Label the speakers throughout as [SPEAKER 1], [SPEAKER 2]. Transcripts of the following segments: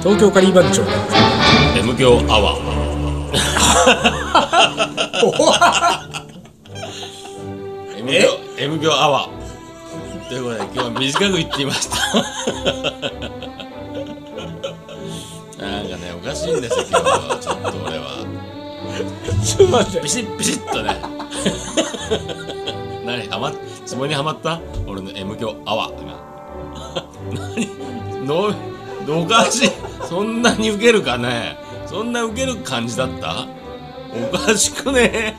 [SPEAKER 1] 東京カリー番長
[SPEAKER 2] M 強アワー
[SPEAKER 1] え
[SPEAKER 2] M 強アワーということで今日は短く言ってみましたなんかねおかしいんですよ今日はちょっと俺は
[SPEAKER 1] ちょっと待って
[SPEAKER 2] ビシッビシッとね 何ハマつぼにはまった俺の M 強アワーが何のおかしいそんなにウケるかねそんなウケる感じだったおかしくね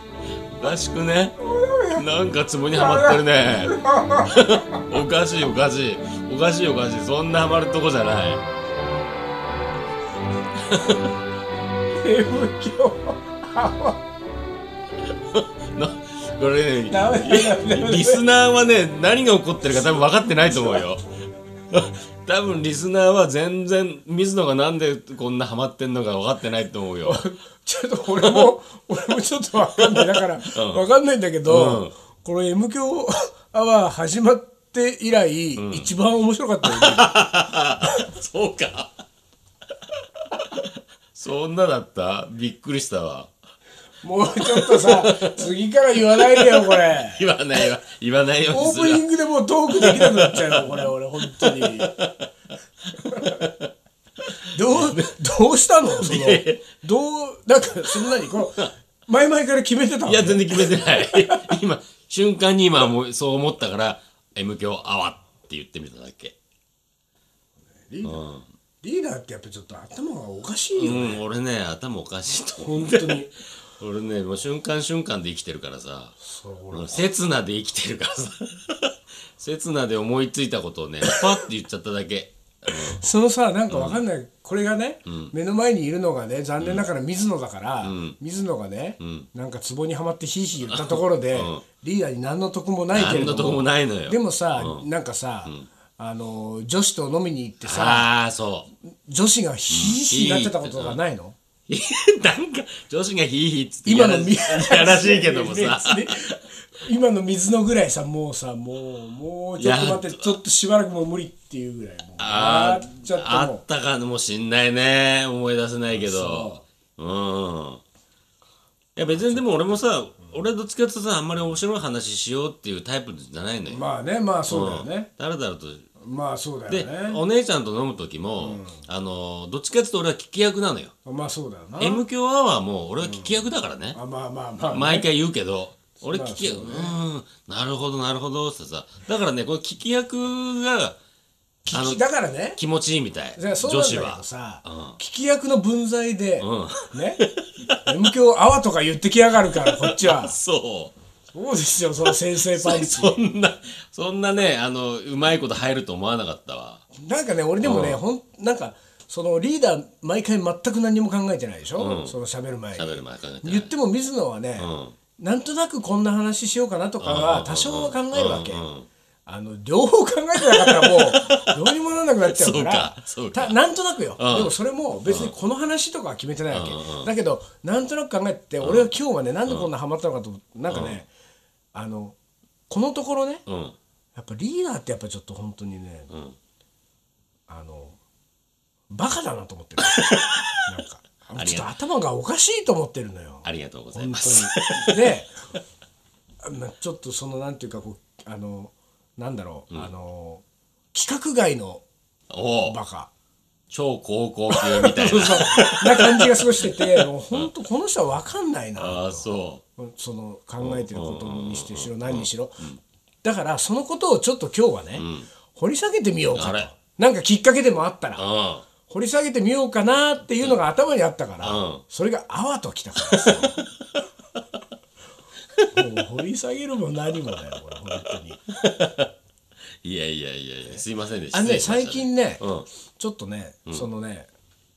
[SPEAKER 2] おかしくねなんかツボにはまってるね おかしいおかしいおかしいおかしいそんなハマるとこじゃない
[SPEAKER 1] M 強
[SPEAKER 2] なこれね
[SPEAKER 1] ダメだダメだダメだ
[SPEAKER 2] リスナーはね何が起こってるか多分分かってないと思うよ 多分リスナーは全然水野がなんでこんなハマってんのか分かってないと思うよ
[SPEAKER 1] ちょっと俺も俺もちょっとわかんないだから、わかんないんだけど、
[SPEAKER 2] うん
[SPEAKER 1] この M 強アワー始まって以来、一番面白かったよね
[SPEAKER 2] そうか そんなだったびっくりしたわ
[SPEAKER 1] もうちょっとさ次から言わないでよこれ
[SPEAKER 2] 言わないわ言わないように
[SPEAKER 1] オー
[SPEAKER 2] す
[SPEAKER 1] プ
[SPEAKER 2] る
[SPEAKER 1] ニ
[SPEAKER 2] わ
[SPEAKER 1] ングでもうトークできなくなっちゃうのこれ俺本当にどうどうしたのその
[SPEAKER 2] いや
[SPEAKER 1] どうなんかそんなにこの前々から決めてたの
[SPEAKER 2] いや全然決めてない 今瞬間に今もうそう思ったから「M 響アワ」って言ってみただけ
[SPEAKER 1] リーダーリーダーってやっぱちょっと頭がおかしいうよ、
[SPEAKER 2] ん俺ね頭おかしいと思う
[SPEAKER 1] 本当に
[SPEAKER 2] 俺ねもう瞬間瞬間で生きてるからさ
[SPEAKER 1] そう俺
[SPEAKER 2] 俺刹那で生きてるからさ 刹那で思いついたことをね パッて言っちゃっただけ
[SPEAKER 1] そのさなんかわかんない、これがね、目の前にいるのがね残念ながら水野だから、水野がね、なんか壺にはまってひいひい言ったところで、リーダーに何の得もないけれ
[SPEAKER 2] 何の
[SPEAKER 1] ど
[SPEAKER 2] とこ
[SPEAKER 1] も
[SPEAKER 2] もないのよ
[SPEAKER 1] でもさ、なんかさ、あの女子と飲みに行ってさ
[SPEAKER 2] ああそ
[SPEAKER 1] 女子がひいひいなってたことがないの、
[SPEAKER 2] う なんか女子がヒーヒーっつって
[SPEAKER 1] 今の
[SPEAKER 2] いやらいやらしいけどもさ
[SPEAKER 1] 別に今の水野ぐらいさもうさもうもうちょっと待ってちょっとしばらくもう無理っていうぐらいもう
[SPEAKER 2] あ
[SPEAKER 1] 笑っち
[SPEAKER 2] ー
[SPEAKER 1] ゃった
[SPEAKER 2] あ
[SPEAKER 1] もん
[SPEAKER 2] ったかもしんないね思い出せないけど
[SPEAKER 1] そう
[SPEAKER 2] うんいや別にでも俺もさ俺どっちかっていうとさあんまり面白い話しようっていうタイプじゃないのよ、
[SPEAKER 1] まあねまあそうだよね、
[SPEAKER 2] だらだらと
[SPEAKER 1] まあそうだ
[SPEAKER 2] で、
[SPEAKER 1] よね
[SPEAKER 2] お姉ちゃんと飲む時も、あのどっちかっていうと俺は聞き役なのよ
[SPEAKER 1] まあそうだよな
[SPEAKER 2] M 強アワーも俺は聞き役だからね、
[SPEAKER 1] あまあまあまあ、
[SPEAKER 2] 毎回言うけど俺聞き役、
[SPEAKER 1] そうう
[SPEAKER 2] ーんなるほどなるほどってさだからねこれ聞き役があの
[SPEAKER 1] だからね
[SPEAKER 2] 気持ちいいみたい
[SPEAKER 1] じゃ
[SPEAKER 2] 女
[SPEAKER 1] あそうなんだ
[SPEAKER 2] 子
[SPEAKER 1] けど
[SPEAKER 2] は
[SPEAKER 1] さ、
[SPEAKER 2] うん
[SPEAKER 1] 聞き役の分際で、
[SPEAKER 2] う
[SPEAKER 1] ね「M 響泡」とか言ってきやがるからこっち は
[SPEAKER 2] そう
[SPEAKER 1] そうです よその先生パンチ
[SPEAKER 2] そんなそんなねあのうまいこと入ると思わなかったわ
[SPEAKER 1] なんかね俺でもね、ほんなんかそのリーダー毎回全く何も考えてないでしょ、その喋る前に
[SPEAKER 2] 喋る前考えてない
[SPEAKER 1] 言っても水野はね、なんとなくこんな話しようかなとかは多少は考えるわけ、あの両方考えてなかったらもうどうにもならなくなっちゃうから
[SPEAKER 2] そうかそうか
[SPEAKER 1] たなんとなくよ、でもそれも別にこの話とかは決めてないわけ、だけどなんとなく考えてて、俺は今日はねなんでこんなハマったのかと思ってなんかね、あのこのところね、
[SPEAKER 2] うん
[SPEAKER 1] やっぱリーダーってやっぱちょっと本当にね、あのバカだなと思 ってるなんか
[SPEAKER 2] ありがとう
[SPEAKER 1] ちょっと頭がおかしいと思ってるのよ
[SPEAKER 2] ありがとうござい
[SPEAKER 1] 本
[SPEAKER 2] ます
[SPEAKER 1] 当にであのちょっとそのなんていうかこうあのなんだろう、あの企画外の
[SPEAKER 2] おお
[SPEAKER 1] バカ
[SPEAKER 2] 超高校級みた い
[SPEAKER 1] そう
[SPEAKER 2] な
[SPEAKER 1] そうな感じがすごいして てもう本当この人は分かんないな
[SPEAKER 2] ああそ
[SPEAKER 1] その考えてることにしてしろ何にしろだからそのことをちょっと今日はね掘り下げてみようか
[SPEAKER 2] あ
[SPEAKER 1] と
[SPEAKER 2] れ
[SPEAKER 1] なんかきっかけでもあった
[SPEAKER 2] うう
[SPEAKER 1] ら
[SPEAKER 2] ん
[SPEAKER 1] 掘り下げてみようかなっていうのが頭にあったから
[SPEAKER 2] うん
[SPEAKER 1] それがあわときたからさもう掘り下げるも何もだよこれ本当に
[SPEAKER 2] いやいやいやいやすいませんでした
[SPEAKER 1] あの
[SPEAKER 2] 失
[SPEAKER 1] ね
[SPEAKER 2] 礼しま
[SPEAKER 1] 最
[SPEAKER 2] した
[SPEAKER 1] 近ね
[SPEAKER 2] うん
[SPEAKER 1] ちょっとねそのね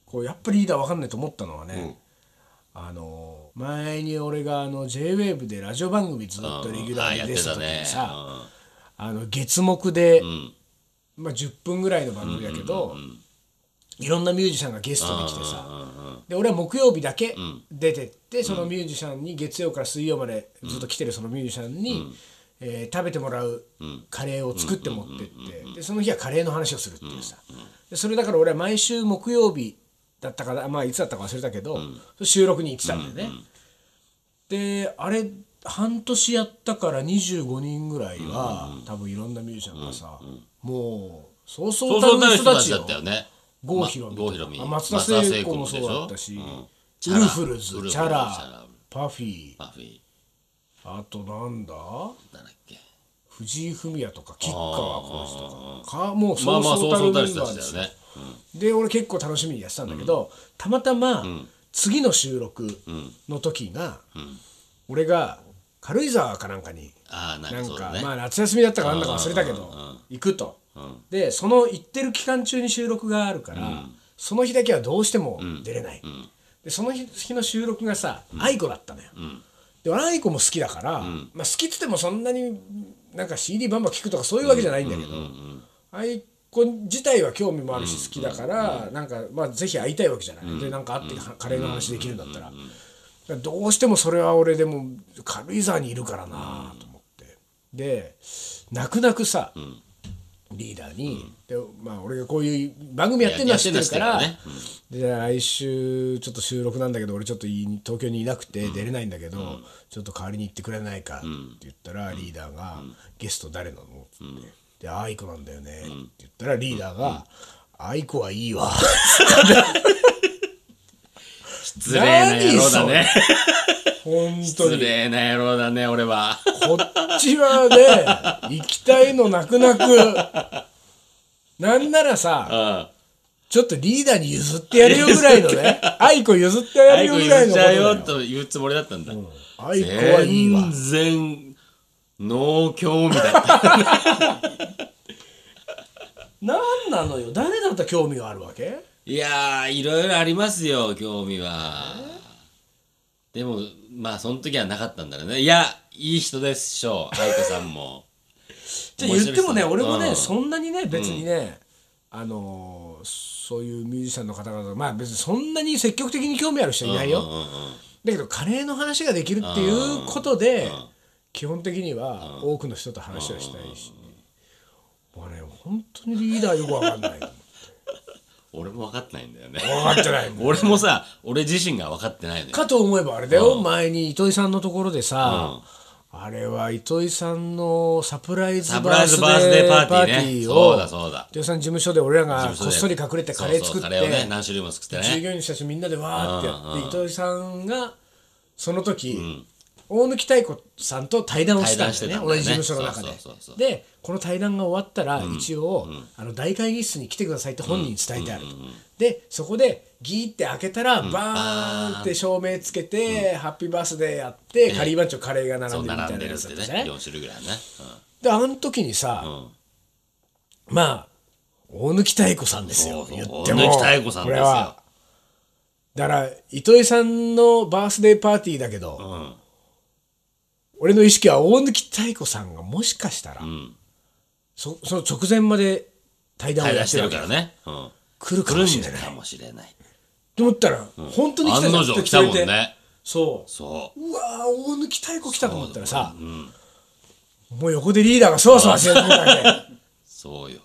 [SPEAKER 1] こうやっぱりリーダーわかんないと思ったのはねあの前に俺があの JWAVE でラジオ番組ずっとレギュラーで出てた時にさ、あの月目で、まあ、10分ぐらいの番組だけど、いろんなミュージシャンがゲストに来てさ、で俺は木曜日だけ出てって、そのミュージシャンに月曜から水曜までずっと来てるそのミュージシャンに、えー食べてもらうカレーを作って持ってって、でその日はカレーの話をするっていうさでそれだから俺は毎週木曜日だったかなまあいつだったか忘れたけど、収録に行ってたんだよね、であれ半年やったから25人ぐらいは、多分いろんなミュージシャンがさ、もうそうそ
[SPEAKER 2] そうう
[SPEAKER 1] た
[SPEAKER 2] そうた
[SPEAKER 1] る
[SPEAKER 2] る
[SPEAKER 1] 人
[SPEAKER 2] 人
[SPEAKER 1] た
[SPEAKER 2] た
[SPEAKER 1] ち
[SPEAKER 2] ち
[SPEAKER 1] よ
[SPEAKER 2] だったよね。
[SPEAKER 1] 郷ひろみ
[SPEAKER 2] ま郷ひろみ
[SPEAKER 1] あ松田聖子もそうだったし、ウルフルズチャラパフィー
[SPEAKER 2] マフィ
[SPEAKER 1] あとなんだ
[SPEAKER 2] ー、なんだっけ。
[SPEAKER 1] 藤井フミヤとか吉川晃司とかかもう
[SPEAKER 2] ま
[SPEAKER 1] そ
[SPEAKER 2] あ
[SPEAKER 1] う
[SPEAKER 2] まあ、
[SPEAKER 1] そ
[SPEAKER 2] そうう
[SPEAKER 1] たるメン
[SPEAKER 2] そうたる人
[SPEAKER 1] バ
[SPEAKER 2] た
[SPEAKER 1] ー
[SPEAKER 2] ち
[SPEAKER 1] で
[SPEAKER 2] だよ
[SPEAKER 1] すよ
[SPEAKER 2] ね。
[SPEAKER 1] で俺結構楽しみにやってたんだけど、たまたま次の収録の時が、俺が軽井沢かなんかに
[SPEAKER 2] ああ、なん
[SPEAKER 1] な
[SPEAKER 2] か
[SPEAKER 1] ん
[SPEAKER 2] そう
[SPEAKER 1] か、
[SPEAKER 2] だね。
[SPEAKER 1] まあ夏休みだったかなんだか忘れたけど、行くと、でその行ってる期間中に収録があるから、その日だけはどうしても出れない、でその日日の収録がさ、愛子だったのよ、で俺愛子も好きだから、まあ、好きっつってもそんなになんか CD バンバン聴くとかそういうわけじゃないんだけど、愛子自体は興味もあるし好きだから、なんかまあぜひ会いたいわけじゃない、でなんか会ってカレーの話できるんだったら、どうしてもそれは俺でも軽井沢にいるからなと思ってで泣く泣くさ、リーダーに、でまあ、俺がこういう番組やってるのは知ってるから、
[SPEAKER 2] やってんのは知
[SPEAKER 1] で来週ちょっと収録なんだけど俺ちょっとい東京にいなくて出れないんだけど、ちょっと代わりに行ってくれないかって言ったら、リーダーが、ゲスト誰なの?」って言って「で愛子なんだよね」って言ったらリーダーが「愛子はいいわ」
[SPEAKER 2] 失礼な野郎だね。
[SPEAKER 1] 本当
[SPEAKER 2] 失
[SPEAKER 1] に
[SPEAKER 2] 礼な野郎だね、俺は。
[SPEAKER 1] こっちはね、行きたいのなくなく、なんならさ、
[SPEAKER 2] うん。
[SPEAKER 1] ちょっとリーダーに譲ってやるよぐらいの ね、愛子譲ってやる
[SPEAKER 2] 愛
[SPEAKER 1] よ
[SPEAKER 2] 子
[SPEAKER 1] ぐ
[SPEAKER 2] 言
[SPEAKER 1] らい
[SPEAKER 2] っ
[SPEAKER 1] のこ
[SPEAKER 2] ち
[SPEAKER 1] と
[SPEAKER 2] ゃ
[SPEAKER 1] だ
[SPEAKER 2] うよ
[SPEAKER 1] よ。
[SPEAKER 2] と言うつもりだったんだ。
[SPEAKER 1] 愛子はいいわ。
[SPEAKER 2] 全然、ノー興味だった。
[SPEAKER 1] なんなのよ、誰だったら興味があるわけ
[SPEAKER 2] いやー、いろいろありますよ、興味は。でも、まあ、その時はなかったんだろうね。いや、いい人でしょう、愛子さんも。
[SPEAKER 1] じゃあ言ってもね、俺も
[SPEAKER 2] う
[SPEAKER 1] ね、
[SPEAKER 2] ん
[SPEAKER 1] そんなにね、別にね、あのー、そういうミュージシャンの方々、まあ別にそんなに積極的に興味ある人いないよ。
[SPEAKER 2] うんうんうん
[SPEAKER 1] だけどカレーの話ができるっていうことで基本的には多くの人と話をしたいしもうね本当にリーダーよくわかんない
[SPEAKER 2] 俺も分かってないんだよね。
[SPEAKER 1] 分かってないもん
[SPEAKER 2] 俺もさ、俺自身が分かってないのよ。
[SPEAKER 1] かと思えばあれだよ前に糸井さんのところでさあれは糸井さんのサプライズ
[SPEAKER 2] サプ
[SPEAKER 1] バ
[SPEAKER 2] ラ
[SPEAKER 1] ー
[SPEAKER 2] イズ
[SPEAKER 1] ス
[SPEAKER 2] バースデ
[SPEAKER 1] デ
[SPEAKER 2] ー
[SPEAKER 1] ー
[SPEAKER 2] パ
[SPEAKER 1] パ
[SPEAKER 2] ー
[SPEAKER 1] ー
[SPEAKER 2] テ
[SPEAKER 1] テ
[SPEAKER 2] ィ
[SPEAKER 1] ィ
[SPEAKER 2] ーね
[SPEAKER 1] ー
[SPEAKER 2] そう
[SPEAKER 1] を
[SPEAKER 2] だそうだ
[SPEAKER 1] 糸井さん事務所で俺らが
[SPEAKER 2] そ
[SPEAKER 1] こ
[SPEAKER 2] う
[SPEAKER 1] っそり隠れてカレー作
[SPEAKER 2] そ
[SPEAKER 1] っ
[SPEAKER 2] うそうカレーをね、
[SPEAKER 1] て
[SPEAKER 2] 何種類も作って
[SPEAKER 1] 従
[SPEAKER 2] ね。
[SPEAKER 1] 業員の人たちみんなでわーってやって糸井さんがその時大貫妙子さんと対談をしたんだよ
[SPEAKER 2] 対談して
[SPEAKER 1] ね
[SPEAKER 2] たんだ
[SPEAKER 1] 同
[SPEAKER 2] よね
[SPEAKER 1] じ事務所の中で
[SPEAKER 2] そうそうそうそう
[SPEAKER 1] でこの対談が終わったら一応あの大会議室に来てくださいって本人に伝えてあるとでそこでギーって開けたらバーンって照明つけてハッピーバースデーやってカリー番長カレーが
[SPEAKER 2] そ
[SPEAKER 1] 並
[SPEAKER 2] うん
[SPEAKER 1] でるみたいなや
[SPEAKER 2] 並んでるっ
[SPEAKER 1] つだ
[SPEAKER 2] て
[SPEAKER 1] ったじゃな
[SPEAKER 2] ね、
[SPEAKER 1] い
[SPEAKER 2] 4種類ぐらいね。
[SPEAKER 1] であの時にさまあ大貫妙子さんですよ
[SPEAKER 2] そう
[SPEAKER 1] 言
[SPEAKER 2] そう
[SPEAKER 1] っても
[SPEAKER 2] 大貫妙子さん
[SPEAKER 1] こ
[SPEAKER 2] です
[SPEAKER 1] れ
[SPEAKER 2] よ
[SPEAKER 1] はだから糸井さんのバースデーパーティーだけど、
[SPEAKER 2] ん
[SPEAKER 1] 俺の意識は大貫妙子さんがもしかしたら、
[SPEAKER 2] ん
[SPEAKER 1] そその直前まで対談を
[SPEAKER 2] 対
[SPEAKER 1] や
[SPEAKER 2] 談
[SPEAKER 1] っ
[SPEAKER 2] してて
[SPEAKER 1] る
[SPEAKER 2] る
[SPEAKER 1] わけ
[SPEAKER 2] からね。うん
[SPEAKER 1] 来るか
[SPEAKER 2] 来る
[SPEAKER 1] もし
[SPEAKER 2] ん
[SPEAKER 1] れない
[SPEAKER 2] かもしれない。
[SPEAKER 1] と思ったら、本当に来た
[SPEAKER 2] 案
[SPEAKER 1] じゃ
[SPEAKER 2] の
[SPEAKER 1] ん
[SPEAKER 2] 定来たもん
[SPEAKER 1] 人連れて
[SPEAKER 2] ね。
[SPEAKER 1] そう
[SPEAKER 2] そう。
[SPEAKER 1] うわー大貫妙子来たと思ったらさ、もう横でリーダーがそわそわしてるとこだけ。
[SPEAKER 2] そうよ。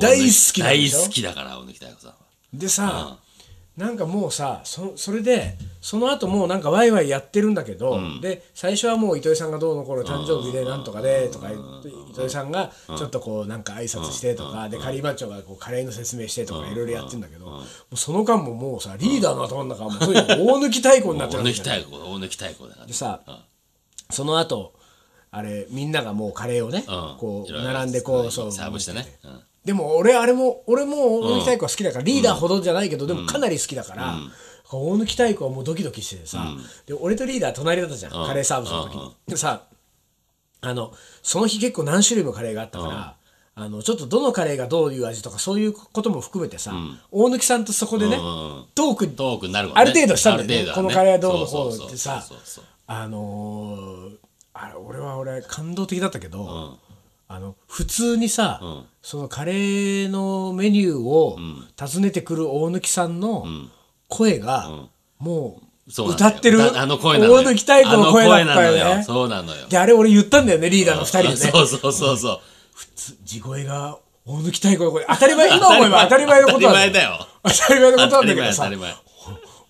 [SPEAKER 1] 大好きなんで
[SPEAKER 2] 大
[SPEAKER 1] しょ
[SPEAKER 2] 好きだから、小野北子さんは。
[SPEAKER 1] でさ、なんかもうさそそれでその後もうなんかワイワイやってるんだけど、で最初はもう糸井さんがどうのこうの誕生日でなんとかでとか言って糸井さんがちょっとこうなんか挨拶してとかでカリーバッチョがこうカレーの説明してとかいろいろやってんだけどもうその間ももうさリーダーの頭の中はもうとにかく大抜き太鼓になってる
[SPEAKER 2] 大
[SPEAKER 1] わ
[SPEAKER 2] 貫
[SPEAKER 1] けじゃん
[SPEAKER 2] 太鼓、大貫太鼓だから
[SPEAKER 1] で。さ、その後あれみんながもうカレーをね、
[SPEAKER 2] うん
[SPEAKER 1] こう
[SPEAKER 2] いろいろ
[SPEAKER 1] 並んでこうそう
[SPEAKER 2] サーブしてね。うん
[SPEAKER 1] でも俺あれも俺も大貫太鼓は好きだから、リーダーほどじゃないけど、でもかなり好きだから、大貫太鼓はもうドキドキしててさ、で俺とリーダー隣だったじゃん、カレーサーブスの時に、でさあのその日結構何種類もカレーがあったから、あのちょっとどのカレーがどういう味とかそういうことも含めてさ、大貫さんとそこでね、トーク
[SPEAKER 2] トークになる
[SPEAKER 1] ある程度したんだよね
[SPEAKER 2] あ
[SPEAKER 1] こ
[SPEAKER 2] る程度は
[SPEAKER 1] のカレーはどうのこうのってさ
[SPEAKER 2] そうそうそうそう
[SPEAKER 1] あのーあれ俺は俺感動的だったけど、あの普通にさ、そのカレーのメニューを訪ねてくる大貫さんの声が、もう
[SPEAKER 2] そうなんだ
[SPEAKER 1] 歌
[SPEAKER 2] よ
[SPEAKER 1] ってる
[SPEAKER 2] 歌あの声なのよ
[SPEAKER 1] 大貫太鼓の声だった
[SPEAKER 2] あの声な
[SPEAKER 1] よ
[SPEAKER 2] の
[SPEAKER 1] ね
[SPEAKER 2] よそうなのよ
[SPEAKER 1] であれ俺言ったんだよねリーダーの2人でね
[SPEAKER 2] そうそうそうそう
[SPEAKER 1] 地声が大貫太鼓の声当たり前今思えば当たり前のこと
[SPEAKER 2] 当たり
[SPEAKER 1] なん
[SPEAKER 2] 前
[SPEAKER 1] だ
[SPEAKER 2] だ
[SPEAKER 1] よ
[SPEAKER 2] よ
[SPEAKER 1] 当たり前のこと
[SPEAKER 2] 当
[SPEAKER 1] な
[SPEAKER 2] た
[SPEAKER 1] んだ
[SPEAKER 2] り
[SPEAKER 1] け
[SPEAKER 2] 前
[SPEAKER 1] ど
[SPEAKER 2] 当た
[SPEAKER 1] さ
[SPEAKER 2] り前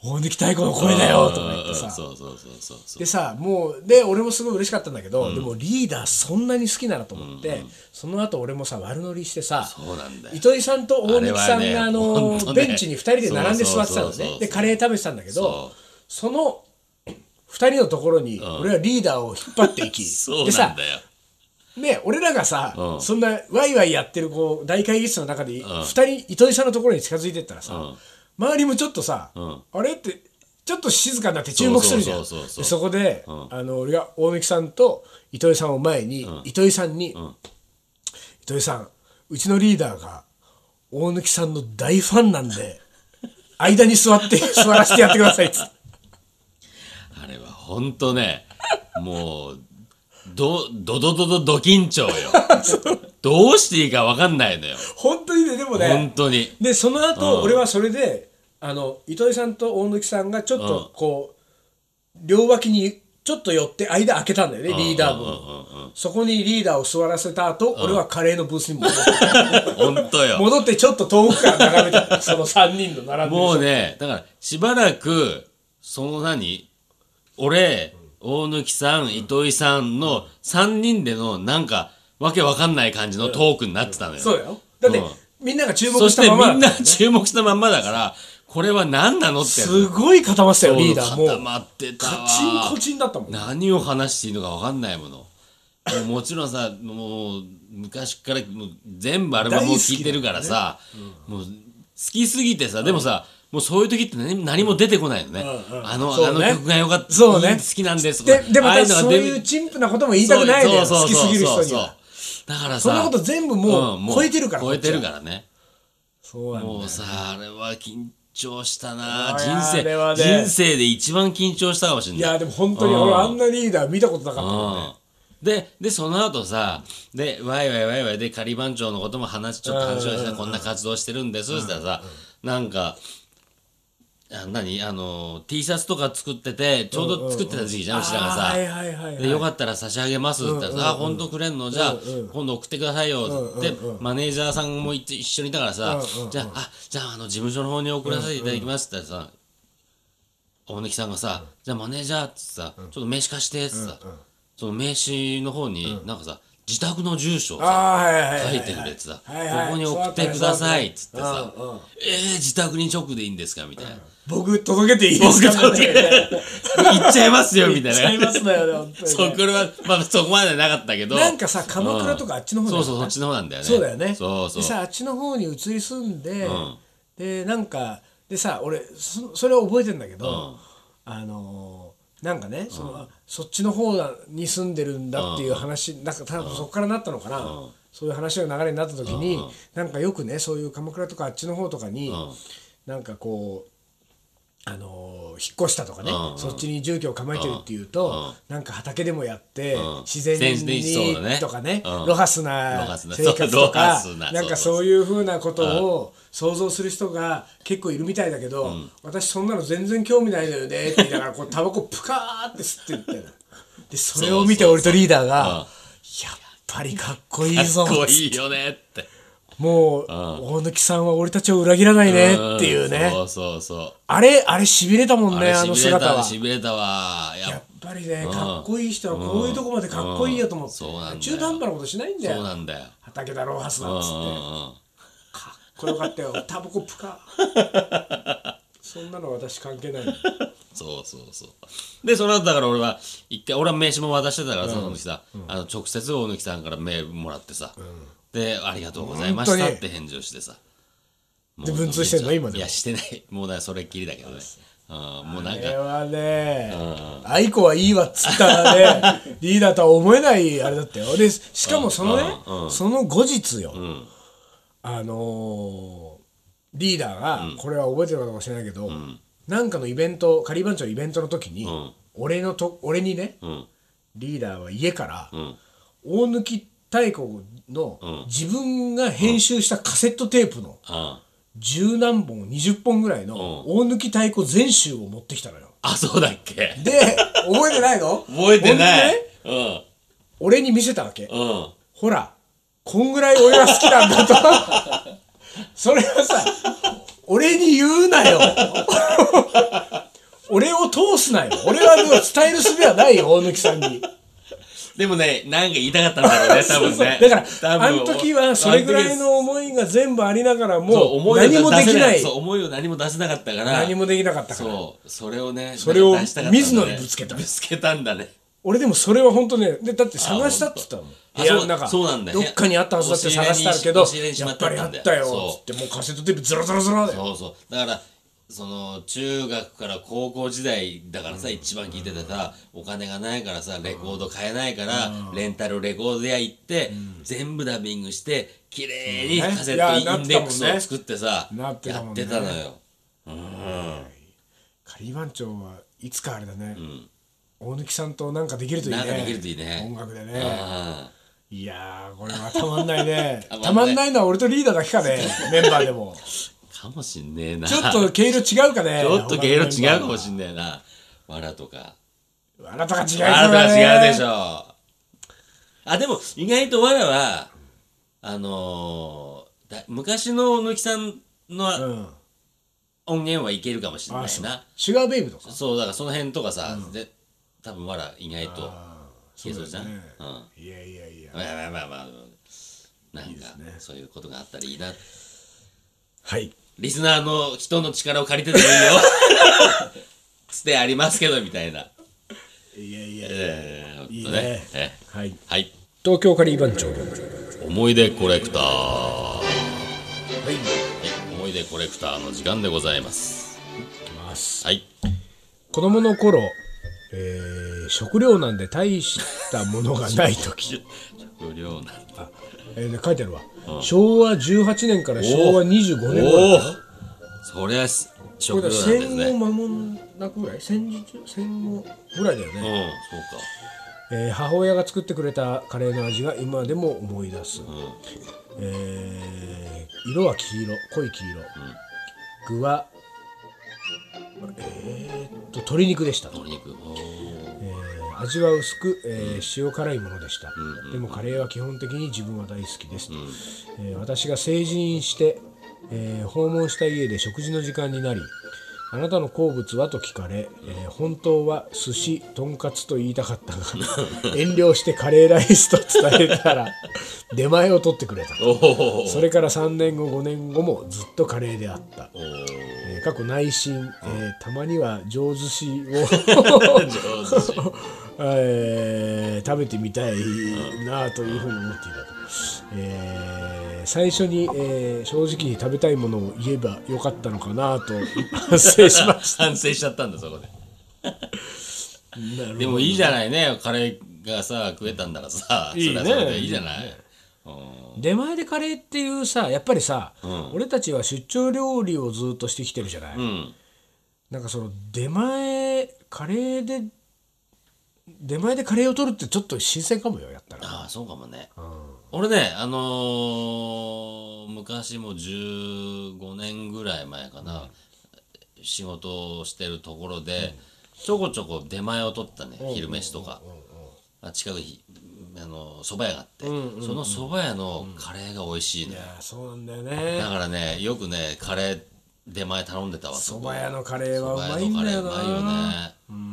[SPEAKER 1] 大貫太鼓の声だよとか言って
[SPEAKER 2] うん
[SPEAKER 1] さ
[SPEAKER 2] そうそうそうそうそう
[SPEAKER 1] でさもうで俺もすごい嬉しかったんだけど、でもリーダーそんなに好きなのと思って、その後俺もさ悪乗りしてさ
[SPEAKER 2] そうなんだよ
[SPEAKER 1] 糸井さんと大貫さ
[SPEAKER 2] あ
[SPEAKER 1] ん
[SPEAKER 2] れ
[SPEAKER 1] が
[SPEAKER 2] はね
[SPEAKER 1] あの
[SPEAKER 2] ほんとね
[SPEAKER 1] ベンチに2人で並んで座ってたの
[SPEAKER 2] そうそうそうそ
[SPEAKER 1] ね
[SPEAKER 2] う
[SPEAKER 1] でカレー食べてたんだけど
[SPEAKER 2] そ
[SPEAKER 1] その2人のところに俺はリーダーを引っ張っていき
[SPEAKER 2] そう
[SPEAKER 1] で
[SPEAKER 2] なん
[SPEAKER 1] さ
[SPEAKER 2] だよ
[SPEAKER 1] ね俺らがさ、
[SPEAKER 2] うん
[SPEAKER 1] そんなワイワイやってるこう大会議室の中で2人、糸井さんのところに近づいてったらさ、
[SPEAKER 2] うん
[SPEAKER 1] 周りもちょっとさ、
[SPEAKER 2] ん
[SPEAKER 1] あれってちょっと静かになって注目するじゃん
[SPEAKER 2] そうそうそうそう
[SPEAKER 1] でそこで、あの俺が大貫さんと糸井さんを前に、糸井さんに、糸井さんうちのリーダーが大貫さんの大ファンなんで間に座って座らせてやってくださいっつって
[SPEAKER 2] あれはほんとね、もう、ど、どどどどど緊張よ。どうしていいかわかんないのよ。
[SPEAKER 1] 本当にねでもね
[SPEAKER 2] ほんとに。
[SPEAKER 1] でその後、俺はそれであの糸井さんと大貫さんがちょっとこう、両脇にちょっと寄って間開けたんだよね、リーダー
[SPEAKER 2] うんう
[SPEAKER 1] 分、
[SPEAKER 2] んうんうん
[SPEAKER 1] そこにリーダーを座らせた後、俺はカレーのブースに戻って
[SPEAKER 2] ほんとよ。
[SPEAKER 1] 戻ってちょっと遠くから眺めた その3人の並んでる
[SPEAKER 2] もうね、だから、しばらく、その何俺、大貫さん、糸井さんの3人での、なんか、わけわかんない感じのトークになってたのよ。
[SPEAKER 1] そうだよだって、
[SPEAKER 2] うん
[SPEAKER 1] みんなが注目
[SPEAKER 2] そし
[SPEAKER 1] してたまま
[SPEAKER 2] みんな
[SPEAKER 1] だったよ
[SPEAKER 2] 注目したまんまだから、これは何なのって。
[SPEAKER 1] すごい固まってたよリーダーも
[SPEAKER 2] 固
[SPEAKER 1] う
[SPEAKER 2] まってたわ
[SPEAKER 1] カチンコチンだったもん
[SPEAKER 2] 何を話していいのか分かんないものもうもちろんさもう昔からもう全部アルバムを聴いてるからさ、もう好きすぎてさでもさ、もうそういう時って何何も出てこないのね、
[SPEAKER 1] うんうん
[SPEAKER 2] あの
[SPEAKER 1] そうね
[SPEAKER 2] あの曲が良かった
[SPEAKER 1] そうね
[SPEAKER 2] いい好きなんですと
[SPEAKER 1] で
[SPEAKER 2] か
[SPEAKER 1] でま
[SPEAKER 2] ああい
[SPEAKER 1] た
[SPEAKER 2] うのが
[SPEAKER 1] そう
[SPEAKER 2] 出
[SPEAKER 1] いうチンプなことも言いたくないのよ
[SPEAKER 2] そ
[SPEAKER 1] 好
[SPEAKER 2] う
[SPEAKER 1] き
[SPEAKER 2] そうそうそう
[SPEAKER 1] すぎる人には
[SPEAKER 2] だからさ
[SPEAKER 1] そんなこと全部もう超えてるから
[SPEAKER 2] 超えてるからね
[SPEAKER 1] そうなんだよ
[SPEAKER 2] もうさあれは緊張したな
[SPEAKER 1] あい
[SPEAKER 2] 人
[SPEAKER 1] やーあれは
[SPEAKER 2] 生、
[SPEAKER 1] ね
[SPEAKER 2] 人生で一番緊張したかもしれない
[SPEAKER 1] いやでも本当に俺あんなリーダー見たことなかったもんね
[SPEAKER 2] うんででその後さでワイワイワイワイで仮番長のことも話ちょっと話をしてこんな活動してるんですそしたらさなんかあ何あの T シャツとか作っててちょうど作ってた時期じゃんうちらが
[SPEAKER 1] あーはい
[SPEAKER 2] さ。
[SPEAKER 1] はいはいはい
[SPEAKER 2] でよかったら差し上げますって言ったらさ、あ本当くれんのじゃあ、今度送ってくださいよって、マネージャーさんも一一緒にいたからさ、じゃああじゃああの事務所の方に送らせていただきますって言ったらさ、大貫さんがさ、じゃあマネージャーってさ、ちょっと名刺貸してってさ、その名刺の方に、なんかさ、自宅の住所をさ、
[SPEAKER 1] あーはいはいは
[SPEAKER 2] 書
[SPEAKER 1] い
[SPEAKER 2] いてくれてさ、
[SPEAKER 1] はいはい
[SPEAKER 2] ここに送ってくださいっつって
[SPEAKER 1] そうだ
[SPEAKER 2] さ
[SPEAKER 1] ったねそうだったね、
[SPEAKER 2] えー、自宅に直でいいんですかみたいな。
[SPEAKER 1] 僕届けていいです
[SPEAKER 2] 僕
[SPEAKER 1] か
[SPEAKER 2] とね、行っちゃいますよみたいな。
[SPEAKER 1] ちゃいますだよね本当に
[SPEAKER 2] そ
[SPEAKER 1] ね
[SPEAKER 2] こは、まあそこまでなかったけど。
[SPEAKER 1] なんかさ鎌倉とかあっちの方だ
[SPEAKER 2] そ
[SPEAKER 1] よ
[SPEAKER 2] う
[SPEAKER 1] ね
[SPEAKER 2] そう、そっちの方なんだよね。
[SPEAKER 1] そうだよね
[SPEAKER 2] そうそう。
[SPEAKER 1] でさあっちの方に移り住んででなんかでさ俺そそれを覚えてんだけどあのーなんかねそのそっちの方に住んでるんだっていう話なんか多分そこからなったのかなそういう話の流れになった時になんかよくねそういう鎌倉とかあっちの方とかになんかこうあのー引っ越したとかね、
[SPEAKER 2] うんうん
[SPEAKER 1] そっちに住居を構えてるっていうと、なんか畑でもやって、
[SPEAKER 2] ん
[SPEAKER 1] 自然
[SPEAKER 2] 自然にそうだ
[SPEAKER 1] に
[SPEAKER 2] ね
[SPEAKER 1] とかね、
[SPEAKER 2] うん
[SPEAKER 1] ロハスな生活と
[SPEAKER 2] ロハ
[SPEAKER 1] か
[SPEAKER 2] スなそうロハスな
[SPEAKER 1] なんか
[SPEAKER 2] そうそう
[SPEAKER 1] そういうふうなことを想像する人が結構いるみたいだけど、私そんなの全然興味ないのよねって言いながらこうタバコプカーって吸ってるみたいなでそれを見て
[SPEAKER 2] そう
[SPEAKER 1] 俺とリーダーが
[SPEAKER 2] うん
[SPEAKER 1] やっぱりかっこいいぞ
[SPEAKER 2] かっこいいよねって。
[SPEAKER 1] もう、大貫さんは俺たちを裏切らないねっていうね。
[SPEAKER 2] そうそうそう。
[SPEAKER 1] あれ、あれ、しびれたもん
[SPEAKER 2] あ
[SPEAKER 1] ね、
[SPEAKER 2] れ
[SPEAKER 1] あの
[SPEAKER 2] しびれ
[SPEAKER 1] 姿
[SPEAKER 2] た
[SPEAKER 1] は。
[SPEAKER 2] しびれたわや
[SPEAKER 1] やっ
[SPEAKER 2] っ
[SPEAKER 1] ぱりね、かっこいい人はこういうとこまでかっこいいよと思って、
[SPEAKER 2] うんそうなんだよ
[SPEAKER 1] 中途半端なことしないんだ
[SPEAKER 2] ぱそう
[SPEAKER 1] よ。
[SPEAKER 2] なんだよ
[SPEAKER 1] 畑だろう、ハスだ
[SPEAKER 2] う
[SPEAKER 1] っ
[SPEAKER 2] ん
[SPEAKER 1] つ
[SPEAKER 2] う
[SPEAKER 1] って。
[SPEAKER 2] んうん
[SPEAKER 1] これよかったよ、タバコプカ。そんなの私関係ない。
[SPEAKER 2] そうそうそうでその後だから俺は一回俺は名刺も渡してたからその時さ、あの直接大貫さんからメールもらってさ、で「ありがとうございまし
[SPEAKER 1] 本
[SPEAKER 2] た」
[SPEAKER 1] 当に
[SPEAKER 2] って返事をしてさもう
[SPEAKER 1] で文通してんの今でも
[SPEAKER 2] いやしてないもうだからそれっきりだけどねうんもうなん
[SPEAKER 1] これ
[SPEAKER 2] か
[SPEAKER 1] はね、愛子はいいわっつったら ね、リーダーとは思えないあれだったよ。で、しかもそのね、その後日よ、あのーリーダーが、これは覚えてるかもしれないけど、なんかのイベント、仮番長のイベントの時に、
[SPEAKER 2] ん
[SPEAKER 1] 俺のと、俺にね、
[SPEAKER 2] うん
[SPEAKER 1] リーダーは家から、
[SPEAKER 2] うん
[SPEAKER 1] 大貫太鼓の自分が編集したカセットテープの
[SPEAKER 2] あ
[SPEAKER 1] 十何本、20本ぐらいの大貫太鼓全集を持ってきたのよ。
[SPEAKER 2] あそうだっけ
[SPEAKER 1] で、 覚えてないの
[SPEAKER 2] 覚えてない、
[SPEAKER 1] 俺にね俺に見せたわけ。
[SPEAKER 2] うんうん
[SPEAKER 1] ほら、こんぐらい俺は好きなんだと それはさ俺に言うなよ 俺を通すなよ俺はもう伝える術はないよ大貫さんに
[SPEAKER 2] でもね、なんか言いたかったんだ ろうね、多分ね。
[SPEAKER 1] だから
[SPEAKER 2] 多分
[SPEAKER 1] あの時はそれぐらいの思いが全部ありながらも
[SPEAKER 2] 思
[SPEAKER 1] う
[SPEAKER 2] い
[SPEAKER 1] 何も
[SPEAKER 2] を出
[SPEAKER 1] で
[SPEAKER 2] せ
[SPEAKER 1] き
[SPEAKER 2] な
[SPEAKER 1] ないい
[SPEAKER 2] そう思いを何も出せなかったから
[SPEAKER 1] 何もできなかったから
[SPEAKER 2] そうそれをね
[SPEAKER 1] それを
[SPEAKER 2] なんか出したかったんだね
[SPEAKER 1] 水野にぶつけた
[SPEAKER 2] ぶつけたんだね
[SPEAKER 1] 俺でもそれは本当ねでだって探したっつったもん
[SPEAKER 2] あ
[SPEAKER 1] 部屋の中
[SPEAKER 2] あそうそうなんだよ
[SPEAKER 1] どっかにあったはずだって探したけど
[SPEAKER 2] 押し入れにし
[SPEAKER 1] や
[SPEAKER 2] まっ
[SPEAKER 1] って
[SPEAKER 2] あ
[SPEAKER 1] ぱ
[SPEAKER 2] っ
[SPEAKER 1] り
[SPEAKER 2] た
[SPEAKER 1] あ
[SPEAKER 2] んだよ
[SPEAKER 1] ったよ
[SPEAKER 2] そう
[SPEAKER 1] つってもうカセットテープズラズラズラだよ
[SPEAKER 2] そうそうだからその中学から高校時代だからさ、一番聴いててさお金がないからさレコード買えないから、レンタルレコード屋行って、全部ダビングして綺麗に
[SPEAKER 1] そうね
[SPEAKER 2] カセ
[SPEAKER 1] い
[SPEAKER 2] ッ
[SPEAKER 1] や
[SPEAKER 2] トインデックス
[SPEAKER 1] なってたもん
[SPEAKER 2] を
[SPEAKER 1] ね
[SPEAKER 2] 作ってさ、
[SPEAKER 1] なってた
[SPEAKER 2] や
[SPEAKER 1] もん
[SPEAKER 2] っ
[SPEAKER 1] ね
[SPEAKER 2] てたのよ
[SPEAKER 1] 仮番長はいつかあれだね、大貫さんとなんかできるといいね
[SPEAKER 2] なんかできるといいね
[SPEAKER 1] 音楽で
[SPEAKER 2] う
[SPEAKER 1] ね
[SPEAKER 2] ん
[SPEAKER 1] いやーこれはたまんないね
[SPEAKER 2] たまんない
[SPEAKER 1] たまんないのは俺とリーダーだけか ねメンバーでも
[SPEAKER 2] かもしんねえな
[SPEAKER 1] ちょっと毛色違うかね
[SPEAKER 2] ちょっと毛色違うかも
[SPEAKER 1] し
[SPEAKER 2] しんないな。わらとか。
[SPEAKER 1] れないあなたが違いそう
[SPEAKER 2] わら
[SPEAKER 1] だ
[SPEAKER 2] と
[SPEAKER 1] ね
[SPEAKER 2] か違うでしょ。あ、でも意外とわらは、あのーだ昔のおぬきさんの
[SPEAKER 1] うん
[SPEAKER 2] 音源はいけるかもしれな
[SPEAKER 1] あ
[SPEAKER 2] い
[SPEAKER 1] そう
[SPEAKER 2] な。
[SPEAKER 1] シュガーベイブとか
[SPEAKER 2] そう、だからその辺とかさ、で多分わら意外といけそうじゃん。う
[SPEAKER 1] だ
[SPEAKER 2] ん
[SPEAKER 1] よね。いやいやいや
[SPEAKER 2] まあまあまあまあ、なんか
[SPEAKER 1] ね
[SPEAKER 2] そういうことがあったらいいな。
[SPEAKER 1] はい
[SPEAKER 2] リスナーの人の力を借りてでもい いよ。つてありますけど、みたいな。
[SPEAKER 1] いやいや
[SPEAKER 2] えー、ほんと
[SPEAKER 1] いい
[SPEAKER 2] ね
[SPEAKER 1] ね
[SPEAKER 2] え
[SPEAKER 1] はい
[SPEAKER 2] はい。
[SPEAKER 1] 東京カリー番長
[SPEAKER 2] 思い出コレクター。はい。思い出コレクターの時間でございます。
[SPEAKER 1] ます
[SPEAKER 2] はい。
[SPEAKER 1] 子供の頃、えー食料なんで大したものがない 時
[SPEAKER 2] 食料なんて。
[SPEAKER 1] えーね書いてあるわ、昭和18年から昭和25年
[SPEAKER 2] お
[SPEAKER 1] 頃
[SPEAKER 2] お。そりゃす、
[SPEAKER 1] こ
[SPEAKER 2] 食
[SPEAKER 1] れだ
[SPEAKER 2] 料なんです
[SPEAKER 1] 戦後
[SPEAKER 2] ね。
[SPEAKER 1] 間もなくぐらい戦時中戦後ぐらいだよ
[SPEAKER 2] うん、そ
[SPEAKER 1] ね、
[SPEAKER 2] う
[SPEAKER 1] えー母親が作ってくれたカレーの味が今でも思い出す、えー色は黄色濃い黄色、具はえーっと鶏肉でした
[SPEAKER 2] か。お肉。おー
[SPEAKER 1] えー味は薄く、えー塩辛いものでした、でもカレーは基本的に自分は大好きです、えー私が成人して、えー訪問した家で食事の時間になりあなたの好物はと聞かれ、えー本当は寿司とんかつと言いたかったが遠慮してカレーライスと伝えたら出前を取ってくれた
[SPEAKER 2] おー
[SPEAKER 1] それから3年後5年後もずっとカレーであった
[SPEAKER 2] おー
[SPEAKER 1] えー過去内心、えーたまには上寿司を
[SPEAKER 2] 上手し。
[SPEAKER 1] えー食べてみたいなあというふうに思っていたと、えー最初に、えー正直に食べたいものを言えばよかったのかなあと反省しまし
[SPEAKER 2] 反省しちゃったんだ、そこで。
[SPEAKER 1] た なるほど
[SPEAKER 2] でもいいじゃないね。カレーがさ、食えたんならさ、
[SPEAKER 1] いいね
[SPEAKER 2] それはそれでいいじゃない。
[SPEAKER 1] 出前でカレーっていうさやっぱりさ、俺たちは出張料理をずっとしてきてるじゃない、
[SPEAKER 2] うん。
[SPEAKER 1] なんかその出前カレーで出前でカレーを取るってちょっと新鮮かもよやったら
[SPEAKER 2] ああ、そうかもね。俺ね、あのー昔も15年ぐらい前かな、仕事をしてるところで、ちょこちょこ出前を取ったね、昼飯とか。あ近くに、あのー、蕎麦屋があって、その蕎麦屋のカレーが美味しい
[SPEAKER 1] い
[SPEAKER 2] ね。
[SPEAKER 1] やそうなんだよね
[SPEAKER 2] だからね、よくね、カレー出前頼んでたわ。
[SPEAKER 1] 蕎
[SPEAKER 2] そこ
[SPEAKER 1] 麦屋のカレーはうま
[SPEAKER 2] 蕎
[SPEAKER 1] いん
[SPEAKER 2] 麦
[SPEAKER 1] だ
[SPEAKER 2] 屋
[SPEAKER 1] よ
[SPEAKER 2] の
[SPEAKER 1] な
[SPEAKER 2] カレーうまいよね。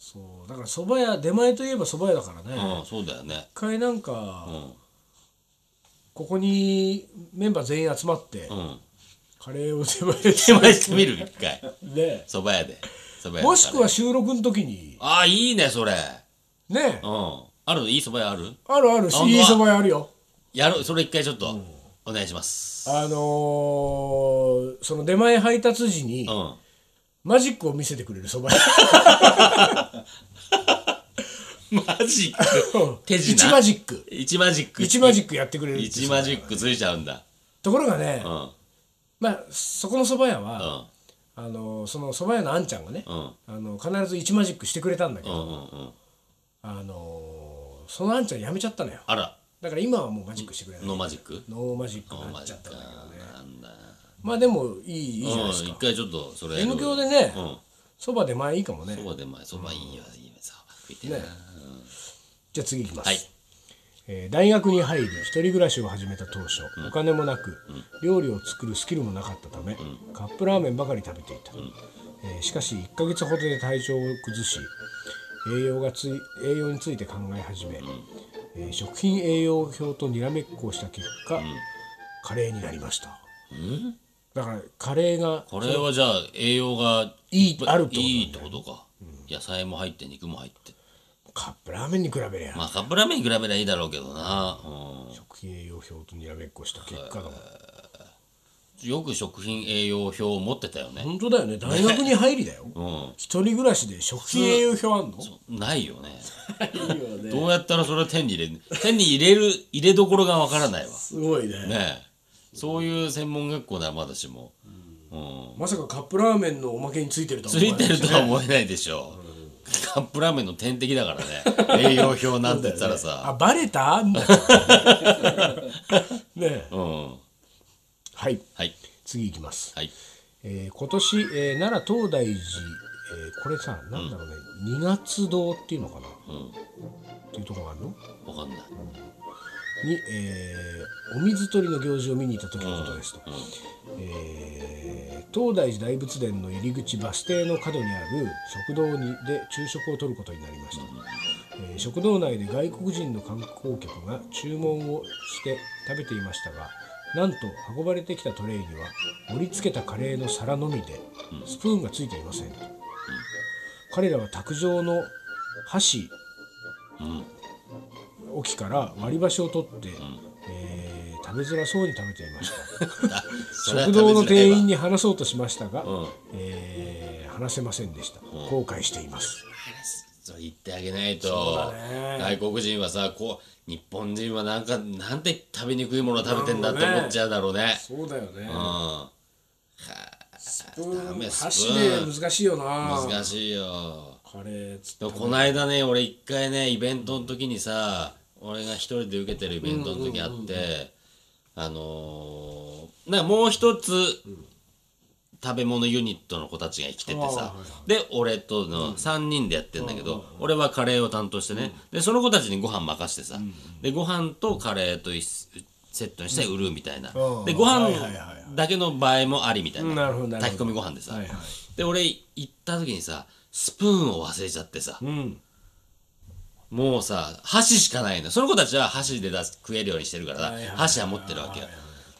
[SPEAKER 1] そうだから蕎麦屋出前といえば蕎麦屋だからね、一
[SPEAKER 2] うん、そうだよね。
[SPEAKER 1] 回なんか、ここにメンバー全員集まって、
[SPEAKER 2] うん。
[SPEAKER 1] カレーを出前
[SPEAKER 2] 出前してみる、一回。
[SPEAKER 1] で
[SPEAKER 2] 蕎麦屋で。蕎麦屋でカレー
[SPEAKER 1] もしくは収録の時に
[SPEAKER 2] ああ、いいね、それ。
[SPEAKER 1] ね
[SPEAKER 2] うん。あるいい蕎麦屋ある
[SPEAKER 1] あるあるし
[SPEAKER 2] あ
[SPEAKER 1] いい蕎麦屋あるよ
[SPEAKER 2] やるそれ一回ちょっと、お願いします。
[SPEAKER 1] あのー、その出前配達時に、
[SPEAKER 2] うん。
[SPEAKER 1] マジックを見せてくれる蕎麦屋
[SPEAKER 2] マジッ ク。手品。
[SPEAKER 1] 一マジック
[SPEAKER 2] 一マジック。
[SPEAKER 1] 一マジ
[SPEAKER 2] ッ
[SPEAKER 1] ックやってくれるっていう
[SPEAKER 2] 一マジックついちゃうんだ。
[SPEAKER 1] ところがね、
[SPEAKER 2] うん。うん。
[SPEAKER 1] まあそこの蕎麦屋は、
[SPEAKER 2] うん。
[SPEAKER 1] あのその蕎麦屋のあんちゃんがね、
[SPEAKER 2] うん。
[SPEAKER 1] あの必ず1マジックしてくれたんだけ
[SPEAKER 2] う
[SPEAKER 1] ど、
[SPEAKER 2] んうん。
[SPEAKER 1] あのそのあんちゃんやめちゃったのよ
[SPEAKER 2] あら、
[SPEAKER 1] だから今はもうマジックしてくれない、
[SPEAKER 2] ノーマジック
[SPEAKER 1] ノーマジック
[SPEAKER 2] ノー
[SPEAKER 1] にな
[SPEAKER 2] マ
[SPEAKER 1] っ
[SPEAKER 2] ジ
[SPEAKER 1] ちゃ
[SPEAKER 2] ッ
[SPEAKER 1] っ
[SPEAKER 2] ク
[SPEAKER 1] たんだけどね
[SPEAKER 2] なんだ。
[SPEAKER 1] まあでもいいいいじゃない
[SPEAKER 2] うん。
[SPEAKER 1] です
[SPEAKER 2] 一
[SPEAKER 1] か
[SPEAKER 2] 回ちょっと、それ。
[SPEAKER 1] M 響でね
[SPEAKER 2] うん。
[SPEAKER 1] そば、蕎麦で前いいかもね
[SPEAKER 2] そばで、まあ、そばいいよ、いいよ、そば食いてえな。
[SPEAKER 1] じゃあ次いきます、
[SPEAKER 2] はい。
[SPEAKER 1] ええー大学に入り一人暮らしを始めた当初、お金もなく、料理を作るスキルもなかったため、カップラーメンばかり食べていた、えーしかし1ヶ月ほどで体調を崩し栄養がつい栄養について考え始め、えー食品栄養表とにらめっこをした結果、カレーになりました、だからカレーが
[SPEAKER 2] これはじゃあ栄養が
[SPEAKER 1] いいあるってことなんだ
[SPEAKER 2] いいってことか、野菜も入って肉も入って
[SPEAKER 1] カップラーメンに比べりゃ、
[SPEAKER 2] まあカップラーメンに比べればいいだろうけどな、うん
[SPEAKER 1] 食品栄養表とにらめっこした結果だもん
[SPEAKER 2] よく食品栄養表を持ってたよね、
[SPEAKER 1] 本当だよね大学に入りだよ、
[SPEAKER 2] うん、
[SPEAKER 1] 一人暮らしで食品栄養表あんの
[SPEAKER 2] ないよね
[SPEAKER 1] いいよね
[SPEAKER 2] どうやったらそれは手に入れ手に入れる入れどころがわからないわ
[SPEAKER 1] すごいね
[SPEAKER 2] ねえそういう専門学校ならまだしも、うん、
[SPEAKER 1] まさかカップラーメンのおまけについてるとは
[SPEAKER 2] つ
[SPEAKER 1] 思わ
[SPEAKER 2] い
[SPEAKER 1] ない
[SPEAKER 2] てるとは思えないでしょう、カップラーメンの天敵だからね栄養表なんて言ったら
[SPEAKER 1] あ
[SPEAKER 2] さ
[SPEAKER 1] バレた ねえ
[SPEAKER 2] う,、ん
[SPEAKER 1] はい
[SPEAKER 2] はい
[SPEAKER 1] 次いきます、
[SPEAKER 2] はい
[SPEAKER 1] えー今年、えー奈良東大寺、えーこれさなんだろうね、二月堂っていうのかな、っていうところがあるの
[SPEAKER 2] わかんない
[SPEAKER 1] に、えーお水取りの行事を見に行った時のことですと、えー東大寺大仏殿の入り口バス停の角にある食堂にで昼食をとることになりました、えー食堂内で外国人の観光客が注文をして食べていましたがなんと運ばれてきたトレイには盛り付けたカレーの皿のみでスプーンがついていませんと、彼らは卓上の箸置きから割り箸を取って、えー食べづらそうに食べていました
[SPEAKER 2] それは
[SPEAKER 1] 食
[SPEAKER 2] 食べづらい
[SPEAKER 1] 堂
[SPEAKER 2] わ
[SPEAKER 1] の店員に話そうとしましたが、
[SPEAKER 2] ん
[SPEAKER 1] えー話せませんでした、後悔しています
[SPEAKER 2] それ言ってあげないと、
[SPEAKER 1] ね
[SPEAKER 2] 外国人はさこう日本人はなんかなんて食べにくいものを食べてんだって思っちゃうだろうね
[SPEAKER 1] そうだよね
[SPEAKER 2] うんはあダメスプーン
[SPEAKER 1] 難しいよな
[SPEAKER 2] 難しいよ
[SPEAKER 1] カレーつっ
[SPEAKER 2] でもこの間ね俺一回ねイベントの時にさ俺が一人で受けてるイベントの時あって、あのー、なんかもう一つ食べ物ユニットの子たちが来ててさで俺との3人でやってんだけど俺はカレーを担当してねでその子たちにご飯任してさでご飯とカレーと一セットにして売るみたいな
[SPEAKER 1] うん
[SPEAKER 2] でご飯
[SPEAKER 1] はいはいはいはい
[SPEAKER 2] だけの場合もありみたい
[SPEAKER 1] うんなるほどなるほど
[SPEAKER 2] 炊き込みご飯でさ
[SPEAKER 1] はいはい
[SPEAKER 2] で俺行った時にさスプーンを忘れちゃってさ
[SPEAKER 1] うん
[SPEAKER 2] もうさ箸しかないのその子たちは箸で出す食えるようにしてるからさ
[SPEAKER 1] いはいはい
[SPEAKER 2] 箸は持ってるわけよ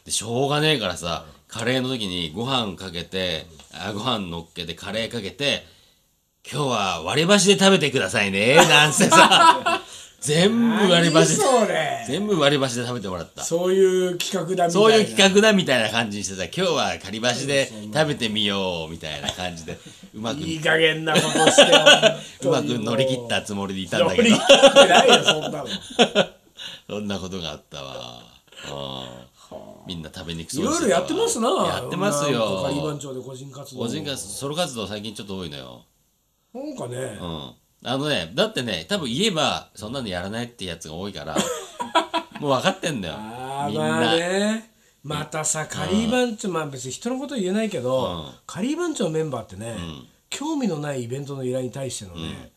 [SPEAKER 2] でしょうがねえからさカレーの時にご飯かけてあご飯乗っけてカレーかけて今日は割り箸で食べてくださいねなんて さ全部割り箸で
[SPEAKER 1] 何それ
[SPEAKER 2] 全部割り箸で食べてもらった
[SPEAKER 1] そういう企画だみたい
[SPEAKER 2] そ
[SPEAKER 1] な
[SPEAKER 2] ういう企画だみたいな感じにしてさ今日は仮箸で食べてみようみたいな感じでうまく
[SPEAKER 1] いい加減なことして本
[SPEAKER 2] うま
[SPEAKER 1] 当
[SPEAKER 2] く
[SPEAKER 1] に
[SPEAKER 2] 乗り切ったつもりでいたん
[SPEAKER 1] 乗
[SPEAKER 2] だけ
[SPEAKER 1] り
[SPEAKER 2] ど
[SPEAKER 1] 切ってないよそんなの
[SPEAKER 2] そんなことがあったわ。うんみんな食べにく
[SPEAKER 1] い
[SPEAKER 2] そ
[SPEAKER 1] う
[SPEAKER 2] に
[SPEAKER 1] ろ
[SPEAKER 2] し
[SPEAKER 1] い
[SPEAKER 2] て
[SPEAKER 1] ろ
[SPEAKER 2] たわ
[SPEAKER 1] やってますな
[SPEAKER 2] やってます
[SPEAKER 1] なんとカリバン
[SPEAKER 2] よ。
[SPEAKER 1] 町で個人活動
[SPEAKER 2] 個人活ソロ活動最近ちょっと多いのよ。
[SPEAKER 1] なんかね、
[SPEAKER 2] うん。あのね、だってね、多分言えば、そんなのやらないってやつが多 いから、もう分かってんだよ。
[SPEAKER 1] あー
[SPEAKER 2] みん
[SPEAKER 1] まあ
[SPEAKER 2] な。
[SPEAKER 1] ねまたさカリー番長、まあ別に人のことは言えないけど、カリー番長のメンバーってね、興味のないイベントの依頼に対してのね、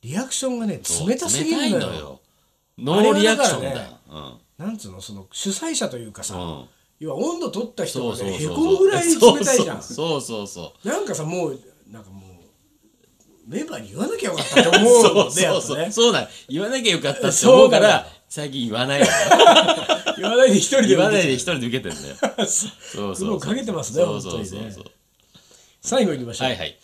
[SPEAKER 1] リアクションがね冷たすぎるのよ
[SPEAKER 2] 冷たいノーリアクションだ
[SPEAKER 1] あれは
[SPEAKER 2] よ
[SPEAKER 1] だ。なんつうのその主催者というかさ、
[SPEAKER 2] うん。うん。
[SPEAKER 1] 要は温度取った人
[SPEAKER 2] そう
[SPEAKER 1] が
[SPEAKER 2] そう
[SPEAKER 1] ねへ
[SPEAKER 2] そう。
[SPEAKER 1] こむぐらい冷たいじゃん
[SPEAKER 2] そうそうそうそう。
[SPEAKER 1] なんかさもうなんかもうメンバーに言わなきゃよかったって思う
[SPEAKER 2] そ
[SPEAKER 1] よ
[SPEAKER 2] う
[SPEAKER 1] ねやっ
[SPEAKER 2] そう
[SPEAKER 1] ぱ
[SPEAKER 2] そう。
[SPEAKER 1] ね
[SPEAKER 2] そうだ。言わなきゃよかったって思うか
[SPEAKER 1] そうなの
[SPEAKER 2] ら、最近言わないのよ。
[SPEAKER 1] 言わないで一人で
[SPEAKER 2] 言わない
[SPEAKER 1] 受
[SPEAKER 2] で
[SPEAKER 1] け
[SPEAKER 2] 一
[SPEAKER 1] て
[SPEAKER 2] 人で受けてんだよ。
[SPEAKER 1] る
[SPEAKER 2] そうそうそう
[SPEAKER 1] 苦労かけてますね
[SPEAKER 2] そうそうそう
[SPEAKER 1] 本当
[SPEAKER 2] そう
[SPEAKER 1] にね 最後いきましょう、
[SPEAKER 2] はいはい。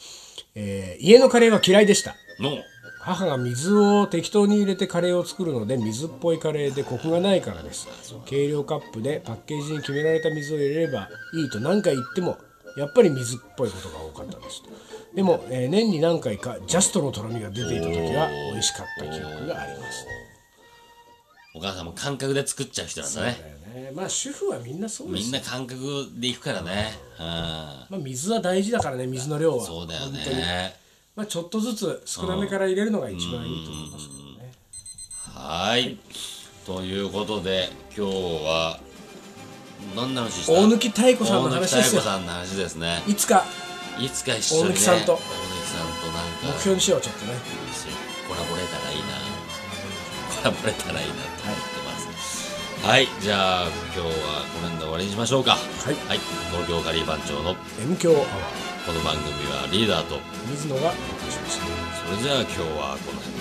[SPEAKER 1] えー家のカレーは嫌いでした
[SPEAKER 2] の、
[SPEAKER 1] 母が水を適当に入れてカレーを作るので水っぽいカレーでコクがないからです計量カップでパッケージに決められた水を入れればいいと何回言ってもやっぱり水っぽいことが多かったですでも、えー年に何回かジャストのとろみが出ていた時は美味しかった記憶があります
[SPEAKER 2] お母さんも感覚で作っちゃう人なんだね。
[SPEAKER 1] だよねまあ主婦はみんなそうで
[SPEAKER 2] み
[SPEAKER 1] す
[SPEAKER 2] んな感覚でいくからね。うん。
[SPEAKER 1] まあ、水は大事だからね水の量は
[SPEAKER 2] そうだよ
[SPEAKER 1] 本当に
[SPEAKER 2] ね。
[SPEAKER 1] まあ、ちょっとずつ少なめから入れるのが一番いいと思いますけどね
[SPEAKER 2] はい。ということで、今日は、何の話した
[SPEAKER 1] 大貫妙子さんの話で
[SPEAKER 2] 大貫妙
[SPEAKER 1] す
[SPEAKER 2] 子
[SPEAKER 1] よ
[SPEAKER 2] さんの話ですね。
[SPEAKER 1] いつか
[SPEAKER 2] いつか一緒に、ね。
[SPEAKER 1] 大貫さんと
[SPEAKER 2] 大貫さんとなんか、
[SPEAKER 1] 目標にしようちょっとね
[SPEAKER 2] コラボれたらいいな。コラボれたらいいなと思ってます。はいじゃあ今日はこの辺で終わりにしましょうか
[SPEAKER 1] はい
[SPEAKER 2] はい東京カリー番長の
[SPEAKER 1] M 強アワー
[SPEAKER 2] この番組はリーダーと
[SPEAKER 1] 水野がお送りしました
[SPEAKER 2] それじゃあ今日はこの辺で